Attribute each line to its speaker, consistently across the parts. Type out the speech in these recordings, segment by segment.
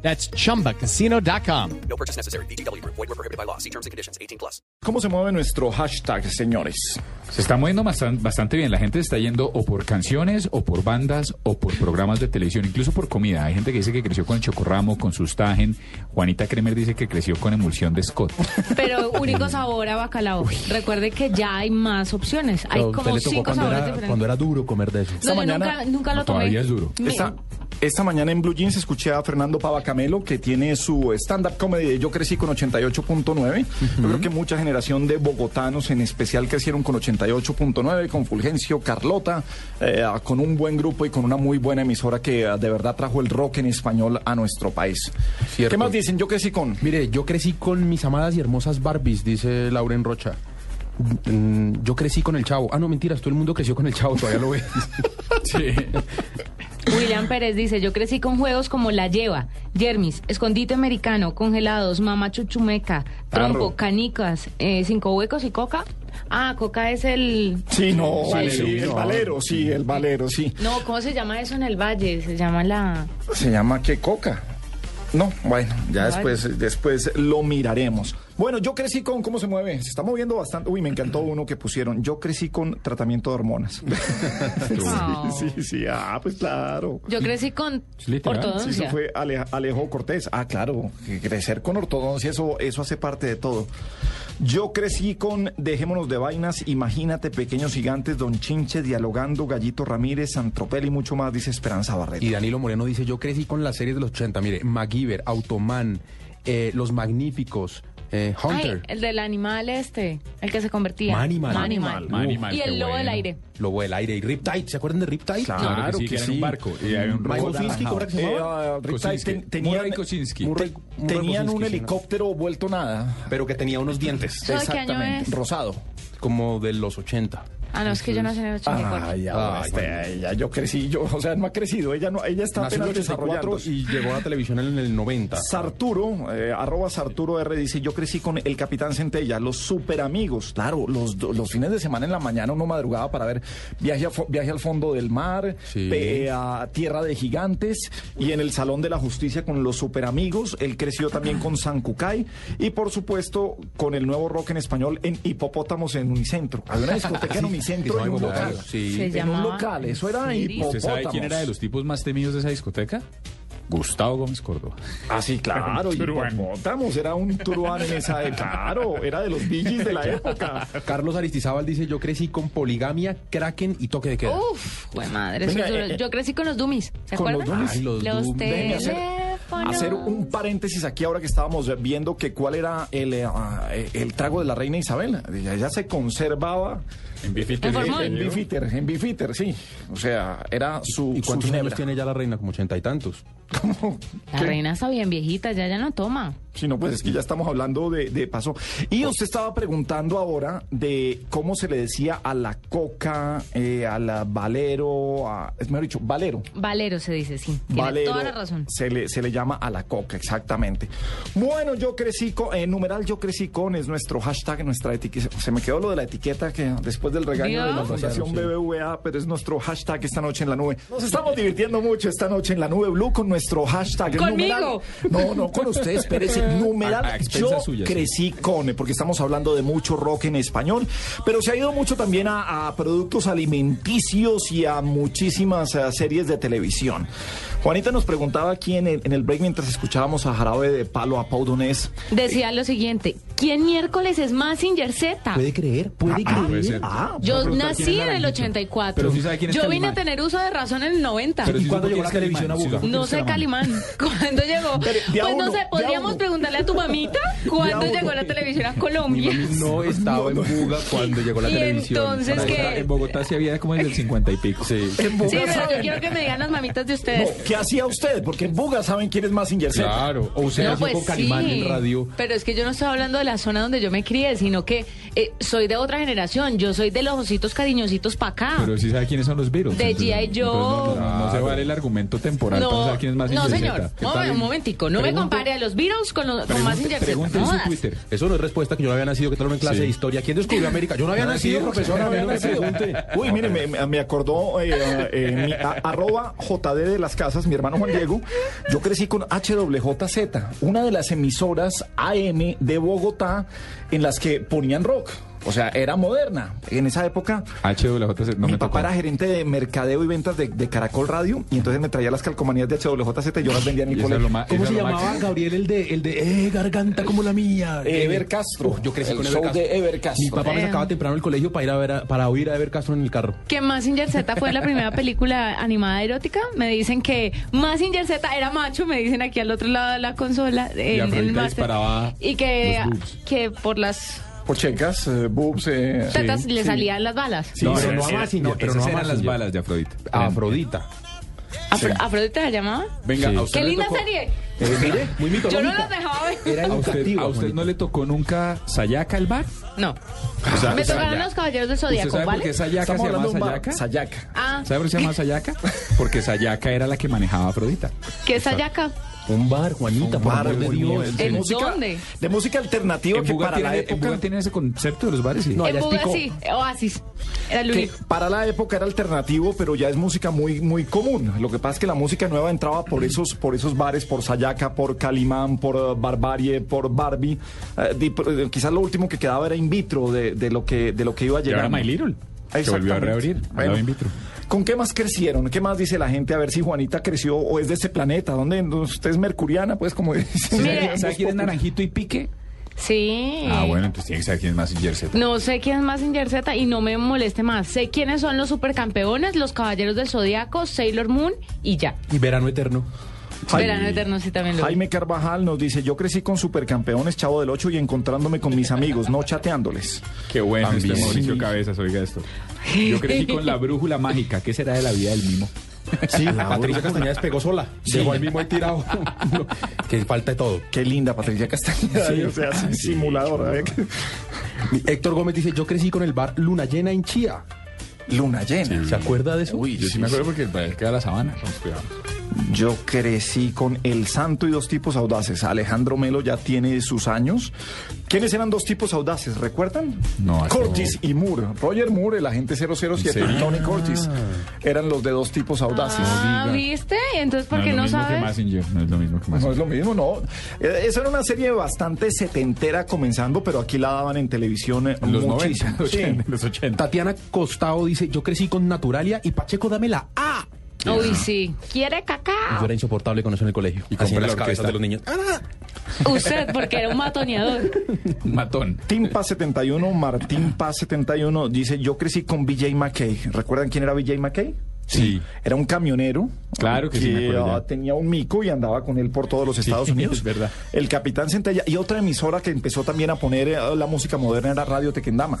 Speaker 1: That's chumbacasino.com.
Speaker 2: No purchase necessary. BGW. Void were prohibited by law. See terms and conditions. 18 plus.
Speaker 3: ¿Cómo se mueve nuestro hashtag, señores?
Speaker 4: Se está moviendo bastan- bastante bien. La gente está yendo o por canciones, o por bandas, o por programas de televisión, incluso por comida. Hay gente que dice que creció con el chocorramo, con sustagen. Juanita Kremer dice que creció con emulsión de Scott.
Speaker 5: Pero único sabor a bacalao. Recuerde que ya hay más opciones. Hay
Speaker 6: Pero
Speaker 5: como
Speaker 6: usted le tocó
Speaker 5: cinco
Speaker 6: cuando
Speaker 5: sabores
Speaker 6: era,
Speaker 5: diferentes.
Speaker 6: cuando era duro comer de eso.
Speaker 5: No, yo
Speaker 3: mañana-
Speaker 5: nunca, nunca lo
Speaker 4: No,
Speaker 5: tomé.
Speaker 4: todavía es duro.
Speaker 5: Me-
Speaker 3: Esta, esta mañana en Blue Jeans escuché a Fernando Pavacamelo, que tiene su stand-up comedy de Yo crecí con 88.9. Yo creo que mucha generación de bogotanos en especial crecieron con 88.9, con Fulgencio, Carlota, eh, ah, con un buen grupo y con una muy buena emisora que ah, de verdad trajo el rock en español a nuestro país.
Speaker 6: Cierto.
Speaker 3: ¿Qué más dicen? Yo crecí con...
Speaker 6: Mire, Eh, yo crecí con mis amadas y hermosas Barbies, dice Lauren Rocha. Mm, Yo crecí con el chavo. Ah, no, mentiras, todo el mundo creció con el chavo, todavía lo ve.
Speaker 4: Sí.
Speaker 5: William Pérez dice, yo crecí con juegos como La Lleva, Yermis, Escondite Americano, Congelados, Mamá Chuchumeca, Trompo,
Speaker 3: Arro.
Speaker 5: Canicas, eh, Cinco Huecos y Coca. Ah, Coca es el...
Speaker 3: Sí, no,
Speaker 4: Valero.
Speaker 3: sí, el valero, sí, el valero, sí.
Speaker 5: No, ¿cómo se llama eso en el valle? Se llama la...
Speaker 3: Pues Se llama que coca. No, bueno, ya después, después lo miraremos. Bueno, yo crecí con cómo se mueve. Se está moviendo bastante. Uy, me encantó uno que pusieron. Yo crecí con tratamiento de hormonas.
Speaker 5: Wow.
Speaker 3: sí, sí, sí. Ah, pues claro.
Speaker 5: Yo crecí con
Speaker 4: Es literal.
Speaker 3: Sí, eso
Speaker 5: ortodoncia.
Speaker 3: fue Ale- Alejo Cortés. Ah, claro, que crecer con ortodoncia, eso, eso hace parte de todo. Yo crecí con Dejémonos de Vainas, Imagínate, Pequeños Gigantes, Don Chinche, Dialogando, Gallito Ramírez, Santropel y mucho más, dice Esperanza Barreto.
Speaker 6: Y Danilo Moreno dice, yo crecí con las series de los 80. Mire, MacGyver, Automan, eh, Los Magníficos, eh, Hunter.
Speaker 5: Ay, el del animal este, el que se convertía.
Speaker 6: Manimal.
Speaker 5: Manimal.
Speaker 4: Manimal,
Speaker 5: Y
Speaker 4: qué
Speaker 5: el lobo del
Speaker 4: bueno.
Speaker 5: aire.
Speaker 6: Lobo del aire y Riptide, ¿se acuerdan de Riptide?
Speaker 4: Claro, que sí, que, era en un barco. Y había un
Speaker 6: Michael
Speaker 4: robot.
Speaker 6: Fiske, ¿cómo era que se
Speaker 3: Eh,
Speaker 6: llamaba?
Speaker 3: ah, Riptide
Speaker 4: Kosinski.
Speaker 3: ten- tenían-
Speaker 4: Murray Kosinski.
Speaker 3: Te-
Speaker 6: Murray- Murray
Speaker 3: tenían un
Speaker 6: Kosinski, sí,
Speaker 3: helicóptero vuelto nada.
Speaker 6: Pero que tenía unos dientes.
Speaker 5: ¿Sabe qué año es?
Speaker 6: Rosado, como de los 80.
Speaker 5: Ah, no, es que yo nací en el 84.
Speaker 3: Ay, ahora
Speaker 6: Ay,
Speaker 3: este, ella- yo crecí, yo, o sea, no ha crecido, ella no, ella está
Speaker 6: Nació en
Speaker 3: apenas
Speaker 6: el 84
Speaker 3: desarrollando.
Speaker 6: y llegó a la televisión en el 90.
Speaker 3: Sarturo, eh, arroba Sarturo R, dice, yo crecí con el Capitán Centella, los super amigos. Claro, los, do- los fines de semana en la mañana uno madrugaba para ver viaje, a fo- viaje al fondo del mar,
Speaker 6: Sí.
Speaker 3: pe- a Tierra de Gigantes y en el Salón de la Justicia con los super amigos. Él creció también con San Cucay y, por supuesto, con el nuevo rock en español en Hipopótamos en Unicentro. Había una discoteca en Unicentro en un local.
Speaker 6: Sí.
Speaker 5: Se
Speaker 3: En un
Speaker 5: llamaba-
Speaker 3: local, eso era
Speaker 5: Sí.
Speaker 4: ¿Usted sabe
Speaker 3: Hipopótamos.
Speaker 4: quién era de los tipos más temidos de esa discoteca? Gustavo Gómez Córdoba.
Speaker 3: Ah, sí, claro,
Speaker 4: Turuán.
Speaker 3: hipopótamos, era un turuán en esa época, claro, era de los DJs de la época.
Speaker 6: Carlos Aristizábal dice, yo crecí con poligamia, kraken y toque de queda.
Speaker 5: Uf, güey madre, eso
Speaker 3: Venga,
Speaker 5: es duro.
Speaker 3: eh, eh.
Speaker 5: yo crecí con los dummies, ¿se
Speaker 3: Con los
Speaker 5: acuerdan?
Speaker 3: dummies.
Speaker 6: Ay, los
Speaker 5: los
Speaker 6: dummies.
Speaker 3: Déjeme hacer-
Speaker 5: teléfonos.
Speaker 3: Hacer un paréntesis aquí ahora que estábamos viendo que cuál era el, eh, ah, el trago de la reina Isabel. Ella ella se conservaba
Speaker 4: En Biffy
Speaker 5: En Formol.
Speaker 3: en bifiter, en bifiter, sí. O sea, era su,
Speaker 6: ¿Y
Speaker 3: su
Speaker 6: cuántos años
Speaker 3: ginebra.
Speaker 6: tiene ya la reina? Como ochenta y tantos.
Speaker 5: La reina está bien viejita, ya ya no toma.
Speaker 3: Si no, pues es que ya estamos hablando de, de paso. Y usted estaba preguntando ahora de cómo se le decía a la coca, eh, a la valero, a, es mejor dicho, valero.
Speaker 5: Valero se dice, sí. Tiene
Speaker 3: Valero,
Speaker 5: toda la razón.
Speaker 3: Se le, se le llama a la coca, exactamente. Bueno, yo crecí con, en numeral yo crecí con, es nuestro hashtag, nuestra etiqueta. Se me quedó lo de la etiqueta que después del regaño de la
Speaker 5: Dios.
Speaker 3: Fundación BBVA, pero es nuestro hashtag esta noche en la nube. Nos estamos divirtiendo mucho esta noche en la nube Blue con nuestro hashtag.
Speaker 5: ¿Conmigo?
Speaker 3: numeral- no, no, con ustedes, pero ese numeral
Speaker 4: A- a expensas
Speaker 3: yo
Speaker 4: suyas, sí.
Speaker 3: crecí sí, Cone, porque estamos hablando de mucho rock en español, pero se ha ido mucho también a, a productos alimenticios y a muchísimas eh, series de televisión. Juanita nos preguntaba aquí en el, en el break mientras escuchábamos a Jarabe de Palo, a Pau Donés.
Speaker 5: Decía lo siguiente, ¿quién miércoles es más sin Z?
Speaker 6: ¿Puede creer? ¿Puede
Speaker 4: Ah,
Speaker 6: creer?
Speaker 4: puede ser.
Speaker 3: Ah,
Speaker 5: Yo
Speaker 4: Pero ¿quién
Speaker 5: nací
Speaker 4: es
Speaker 5: en el
Speaker 4: Naranjito?
Speaker 5: 84.
Speaker 4: Pero sí sabe quién es
Speaker 5: Yo vine
Speaker 4: Calimán.
Speaker 5: a tener uso de razón en el 90.
Speaker 4: Pero sí
Speaker 6: ¿Y cuándo
Speaker 4: supo
Speaker 6: llegó
Speaker 4: quién
Speaker 6: la
Speaker 4: es
Speaker 6: televisión a
Speaker 4: Calimán? Sí
Speaker 6: Buga?
Speaker 4: supo
Speaker 5: No
Speaker 4: quién
Speaker 5: sé,
Speaker 4: es
Speaker 5: Calimán, ¿cuándo llegó?
Speaker 3: Pero de a
Speaker 5: pues
Speaker 3: uno,
Speaker 5: no
Speaker 3: de
Speaker 5: sé,
Speaker 3: a
Speaker 5: podríamos
Speaker 3: uno.
Speaker 5: preguntarle a tu mamita cuándo
Speaker 3: uno.
Speaker 5: llegó la televisión a Colombia.
Speaker 6: No estaba en Buga cuando llegó la
Speaker 5: Y
Speaker 6: televisión.
Speaker 5: entonces,
Speaker 6: Para
Speaker 5: ¿qué?
Speaker 6: esa-
Speaker 4: En Bogotá se había como desde el 50 y pico. Sí.
Speaker 5: Sí, pero yo quiero que me digan las mamitas de ustedes.
Speaker 3: ¿Qué hacía usted? Porque en Buga saben quién es más Z.
Speaker 6: Claro, o usted
Speaker 5: No, pues
Speaker 6: hacía con Calimán
Speaker 5: sí,
Speaker 6: en radio.
Speaker 5: Pero es que yo no estoy hablando de la zona donde yo me crié, sino que eh, soy de otra generación. Yo soy de los ositos cariñositos para acá.
Speaker 4: Pero sí sabe quiénes son los virus.
Speaker 5: De G.I. Joe.
Speaker 4: no,
Speaker 6: Ah,
Speaker 4: no- no se vale el argumento temporal para saber quién es más
Speaker 5: no
Speaker 4: Inter
Speaker 5: señor.
Speaker 4: Z. ¿Qué tal?
Speaker 5: Móvame Un momentico. No
Speaker 4: Pregunte-
Speaker 5: me compare a los Beatles con, los, con más
Speaker 4: pregunte-
Speaker 5: inyección.
Speaker 4: pregunte en su
Speaker 6: pues,
Speaker 4: Twitter.
Speaker 6: Eso no es respuesta que yo no había nacido, que tal en clase
Speaker 4: Sí.
Speaker 6: de historia. ¿Quién descubrió América? Yo no había nacido, profesor, no había nacido.
Speaker 3: Uy, mire, me, me- me acordó eh, eh, mi- a- arroba JD de las casas, mi hermano Juan Diego. Yo crecí con HWJZ, una de las emisoras AM de Bogotá en las que ponían rock. O sea, era moderna. En esa época,
Speaker 4: HWJC, no
Speaker 3: mi
Speaker 4: me
Speaker 3: papá
Speaker 4: tocó.
Speaker 3: era gerente de mercadeo y ventas de, de Caracol Radio y entonces me traía las calcomanías de HWJZ y yo las vendía en
Speaker 4: Y
Speaker 3: el
Speaker 4: eso es
Speaker 3: colegio.
Speaker 4: lo ma-
Speaker 6: ¿Cómo
Speaker 4: eso
Speaker 6: se
Speaker 4: es lo
Speaker 6: llamaba
Speaker 4: máximo.
Speaker 6: Gabriel el de, el de eh, garganta como la mía? Eh,
Speaker 3: Ever Castro.
Speaker 6: Uf, yo crecí
Speaker 3: El
Speaker 6: con Ever
Speaker 3: show
Speaker 6: Castro.
Speaker 3: de Ever Castro.
Speaker 6: Mi papá me sacaba temprano del colegio para ir a ver a- para oír a Ever Castro en el carro.
Speaker 5: Que Mazinger Z fue la primera película animada erótica. Me dicen que Mazinger Z era macho, me dicen aquí al otro lado de la consola. en- en
Speaker 4: Afrodita
Speaker 5: máster.
Speaker 4: disparaba
Speaker 5: y que,
Speaker 4: los boobs.
Speaker 5: que por las
Speaker 3: Pochecas, eh, boobs. eh,
Speaker 5: tetas
Speaker 3: sí,
Speaker 5: le
Speaker 3: sí.
Speaker 5: salían las balas.
Speaker 6: No,
Speaker 4: pero
Speaker 6: no a
Speaker 4: era-
Speaker 6: Mazinger,
Speaker 4: no,
Speaker 6: pero
Speaker 4: esas
Speaker 6: no a
Speaker 4: eran las
Speaker 6: Mazinger.
Speaker 4: balas de Afrodita.
Speaker 6: Afrodita.
Speaker 5: Afro- ¿Afrodita se llamaba?
Speaker 4: Venga,
Speaker 6: Sí.
Speaker 4: a usted
Speaker 5: ¡Qué
Speaker 4: le
Speaker 5: linda
Speaker 4: tocó-
Speaker 5: serie!
Speaker 6: Eh, mire,
Speaker 5: Yo no
Speaker 6: muy mitológica.
Speaker 5: las dejaba ver.
Speaker 6: Era
Speaker 4: ¿A usted,
Speaker 6: educativa.
Speaker 4: a usted no
Speaker 6: Juanita.
Speaker 4: le tocó nunca Sayaka el bar?
Speaker 5: No.
Speaker 4: sea,
Speaker 5: Me
Speaker 4: o sea,
Speaker 5: tocaron
Speaker 4: ya.
Speaker 5: los caballeros del
Speaker 4: ¿Usted
Speaker 5: zodiaco,
Speaker 4: sabe por
Speaker 5: ¿vale?
Speaker 4: qué Sayaka
Speaker 3: Estamos
Speaker 4: se
Speaker 3: hablando
Speaker 4: llama
Speaker 3: de un bar.
Speaker 4: Sayaka?
Speaker 3: Sayaka.
Speaker 5: Ah,
Speaker 4: ¿Sabe por qué se llama Sayaka? Porque Sayaka era la que manejaba a Afrodita.
Speaker 5: ¿qué es Sayaka?
Speaker 6: Un bar, Juanita, por amor de Dios.
Speaker 5: ¿En dónde?
Speaker 3: De música alternativa
Speaker 4: en
Speaker 3: que
Speaker 4: Buga
Speaker 3: para la
Speaker 4: tiene, en
Speaker 3: época.
Speaker 4: Buga tienen ese concepto de los bares. Sí.
Speaker 6: No,
Speaker 5: en
Speaker 6: ya
Speaker 5: Buga
Speaker 6: explicó.
Speaker 5: sí, Oasis. Era el
Speaker 3: que
Speaker 5: único.
Speaker 3: para la época era alternativo, pero ya es música muy, muy común. Lo que pasa es que la música nueva entraba por esos, por esos bares, por Sayaka, por Calimán, por eh, Barbarie, por Barbie. Eh, di- por- eh, quizás lo último que quedaba era in vitro de, de lo, que, de lo que iba a
Speaker 4: y
Speaker 3: llegar.
Speaker 4: ahora My Little. Se volvió a reabrir. Bueno. in vitro.
Speaker 3: ¿Con qué más crecieron? ¿Qué más dice la gente? A ver si Juanita creció o es de este planeta. ¿Dónde? ¿Usted es mercuriana? Pues como dicen.
Speaker 5: Mire.
Speaker 4: ¿Sabe quién es Naranjito y Pique?
Speaker 5: Sí.
Speaker 4: Ah, bueno, entonces tiene que saber quién es más Jersey.
Speaker 5: No sé quién es más Z y no me moleste más. Sé quiénes son los supercampeones, los caballeros del zodiaco, Sailor Moon y ya.
Speaker 6: Y verano eterno.
Speaker 5: Verano eterno sí también lo. vi.
Speaker 3: Jaime Carvajal nos dice, yo crecí con supercampeones, Chavo del 8 y encontrándome con mis amigos, no chateándoles.
Speaker 4: Qué bueno
Speaker 3: También.
Speaker 4: este Mauricio Cabezas, oiga esto. Yo crecí con la brújula mágica. ¿Qué será de la vida del mimo?
Speaker 6: Sí, Patricia Castañeda despegó sola. Llegó al mismo tirado. No, que falta de todo.
Speaker 3: Qué linda Patricia Castañeda. o sea, simuladora. ¿eh?
Speaker 6: Héctor Gómez dice, yo crecí con el bar Luna Llena en Chía.
Speaker 3: Luna llena.
Speaker 6: ¿Se acuerda de eso?
Speaker 4: Yo sí, me acuerdo porque el país queda la sabana. Con cuidado.
Speaker 3: Yo crecí con El Santo y dos tipos audaces. Alejandro Melo ya tiene sus años. ¿Quiénes eran dos tipos audaces? ¿Recuerdan?
Speaker 4: No, hace-
Speaker 3: Curtis y Moore. Roger Moore, el agente 007,
Speaker 4: ¿En
Speaker 3: y Tony Curtis. Eran los de dos tipos audaces.
Speaker 5: Ah, ¿viste? Entonces, ¿por qué no,
Speaker 4: es lo mismo que
Speaker 5: sabes?
Speaker 4: Mazinger, No es lo mismo que
Speaker 3: No es
Speaker 4: Mazinger.
Speaker 3: lo mismo, no. Eh, Esa era una serie bastante setentera comenzando, pero aquí la daban en televisión eh,
Speaker 4: Los 90,
Speaker 3: muchísimo.
Speaker 4: los
Speaker 3: Sí.
Speaker 4: 80, los 80.
Speaker 6: Tatiana Costado dice, yo crecí con Naturalia y Pacheco dame la A.
Speaker 5: Uy, sí. ¿Quiere
Speaker 6: Yo
Speaker 5: cacao?
Speaker 6: era insoportable con eso en el colegio.
Speaker 4: Y compré
Speaker 6: Así en
Speaker 4: la
Speaker 6: las
Speaker 4: orquesta.
Speaker 6: cabezas de los niños.
Speaker 5: Usted, porque era un matoneador.
Speaker 4: Matón.
Speaker 3: Tim Paz 71, Martín Paz 71 dice, yo crecí con BJ McKay. ¿Recuerdan quién era BJ McKay?
Speaker 4: Sí.
Speaker 3: Era un camionero.
Speaker 4: Claro que sí, me acuerdo ya.
Speaker 3: ah, tenía un mico y andaba con él por todos los Estados Unidos.
Speaker 4: es verdad.
Speaker 3: El Capitán Centella. Y otra emisora que empezó también a poner eh, la música moderna era Radio Tequendama.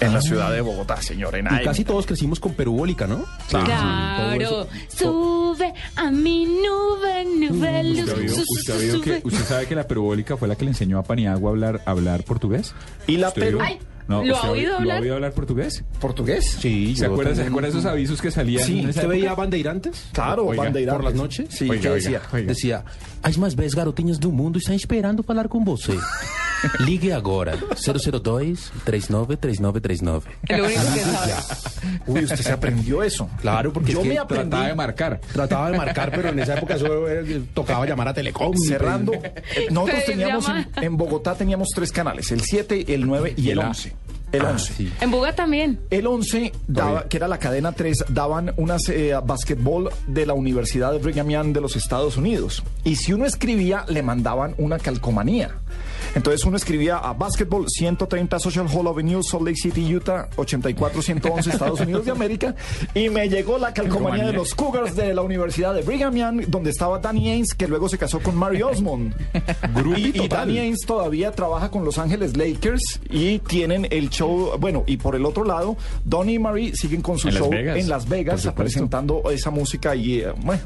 Speaker 3: En la ciudad de Bogotá, señor. En
Speaker 6: Y
Speaker 3: AM.
Speaker 6: casi todos crecimos con Perubólica, ¿no?
Speaker 5: Claro. Sube a mi nube, nube, luz.
Speaker 4: ¿Usted, ha oído-
Speaker 5: su-
Speaker 4: usted ha
Speaker 5: su-
Speaker 4: oído
Speaker 5: sube.
Speaker 4: que- usted sabe que la perubólica fue la que le enseñó a Paniagua a hablar, a hablar portugués?
Speaker 3: Y la
Speaker 4: ¿Usted
Speaker 3: peru...
Speaker 4: vio?
Speaker 5: Ay, ¿lo
Speaker 4: ¿usted
Speaker 5: ha oído
Speaker 4: ¿Lo ha
Speaker 5: hablar?
Speaker 4: oído hablar portugués?
Speaker 3: ¿Portugués?
Speaker 6: Sí,
Speaker 4: ¿Se
Speaker 6: yo
Speaker 4: acuerda, ¿Se
Speaker 6: también.
Speaker 4: acuerda esos avisos que salían?
Speaker 3: Sí,
Speaker 4: en esa
Speaker 6: ¿Usted
Speaker 4: época?
Speaker 6: veía banda Irantes?
Speaker 3: Claro,
Speaker 4: Oiga,
Speaker 3: Bandeirantes.
Speaker 6: por las noches.
Speaker 3: Sí,
Speaker 4: Oiga,
Speaker 3: ¿qué
Speaker 4: oiga,
Speaker 3: decía?
Speaker 4: oiga.
Speaker 6: Decía, as más ves garotinhas do mundo están esperando falar con você. Ligue agora, 002 393939.
Speaker 5: Es lo único que sabe.
Speaker 3: Uy, usted se aprendió eso.
Speaker 6: Claro, porque
Speaker 3: yo
Speaker 6: es que
Speaker 3: me aprendí.
Speaker 4: Trataba de marcar.
Speaker 6: Trataba de marcar, pero en esa época eso era- tocaba llamar a Telecom.
Speaker 3: Cerrando, eh, nosotros
Speaker 5: Pedir
Speaker 3: teníamos en,
Speaker 5: llamada.
Speaker 3: en Bogotá teníamos tres canales, el 7, el 9 y el
Speaker 4: El A.
Speaker 3: 11. El 11.
Speaker 6: sí.
Speaker 5: En Buga también.
Speaker 3: El 11, daba- que era la cadena 3, daban unas eh, basquetbol de la Universidad de Brigham Young de los Estados Unidos. Y si uno escribía, le mandaban una calcomanía. Entonces uno escribía a Basketball 130 Social Hall Avenue, Salt Lake City, Utah, 84111 Estados Unidos de América. Y me llegó la calcomanía de los Cougars de la Universidad de Brigham Young, donde estaba Danny Ainge, que luego se casó con Mary Osmond. y, y Danny Ainge todavía trabaja con Los Ángeles Lakers y tienen el show. Bueno, y por el otro lado, Donnie y Mary siguen con su
Speaker 4: En Las
Speaker 3: show
Speaker 4: Vegas,
Speaker 3: en Las
Speaker 4: por
Speaker 3: Vegas,
Speaker 4: supuesto.
Speaker 3: presentando esa música. Y eh, bueno,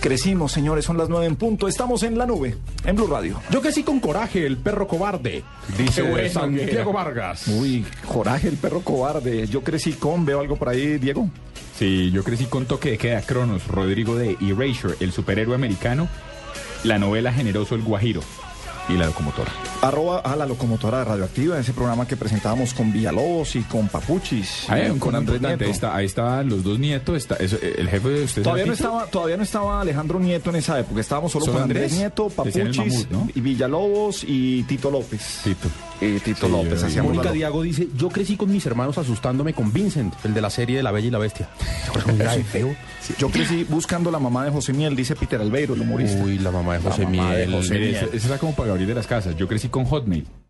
Speaker 3: crecimos, señores, son las 9 en punto. Estamos en la nube, en Blue Radio.
Speaker 6: Yo crecí con coraje, el perro cobarde. Dice
Speaker 4: bueno,
Speaker 6: Santiago
Speaker 4: que-
Speaker 6: Vargas.
Speaker 3: Uy, coraje, el perro cobarde. Yo crecí con, veo algo por ahí, Diego.
Speaker 4: Sí, yo crecí con Toque de Queda, Cronos, Rodrigo de Erasure, el superhéroe americano, la novela Generoso El Guajiro y la locomotora.
Speaker 3: Arroba a la locomotora radioactiva, ese programa que presentábamos con Villalobos y con Papuchis.
Speaker 4: Ahí,
Speaker 3: y
Speaker 4: Ah, eh, con Andrés
Speaker 3: Andrés
Speaker 4: Dante, ahí,
Speaker 3: Nieto.
Speaker 4: está- ahí estaban los dos nietos, está, eso, eh, el jefe de ustedes.
Speaker 3: Todavía no,
Speaker 4: era Tito.
Speaker 3: estaba, todavía no estaba Alejandro Nieto en esa época, estábamos solo
Speaker 4: ¿Solo
Speaker 3: con Andrés,
Speaker 4: Andrés?
Speaker 3: Nieto,
Speaker 4: Decían el
Speaker 3: Papuchis,
Speaker 4: mamut, ¿no?
Speaker 3: y Villalobos y Tito López.
Speaker 4: Tito.
Speaker 3: Y Tito
Speaker 4: Sí,
Speaker 3: López,
Speaker 4: yo-
Speaker 3: hacíamos
Speaker 6: Mónica
Speaker 3: la lo-
Speaker 6: Diago dice, yo crecí con mis hermanos asustándome con Vincent, el de la serie de La Bella y la Bestia. Ay, feo.
Speaker 3: Yo crecí buscando la mamá de José Miel, dice Peter Albeiro, el humorista.
Speaker 6: Uy, la mamá de José
Speaker 3: mamá de
Speaker 6: Miel.
Speaker 3: José
Speaker 4: Mire,
Speaker 3: Miel.
Speaker 4: esa- esa era como para abrir de las casas. Yo crecí con Hotmail.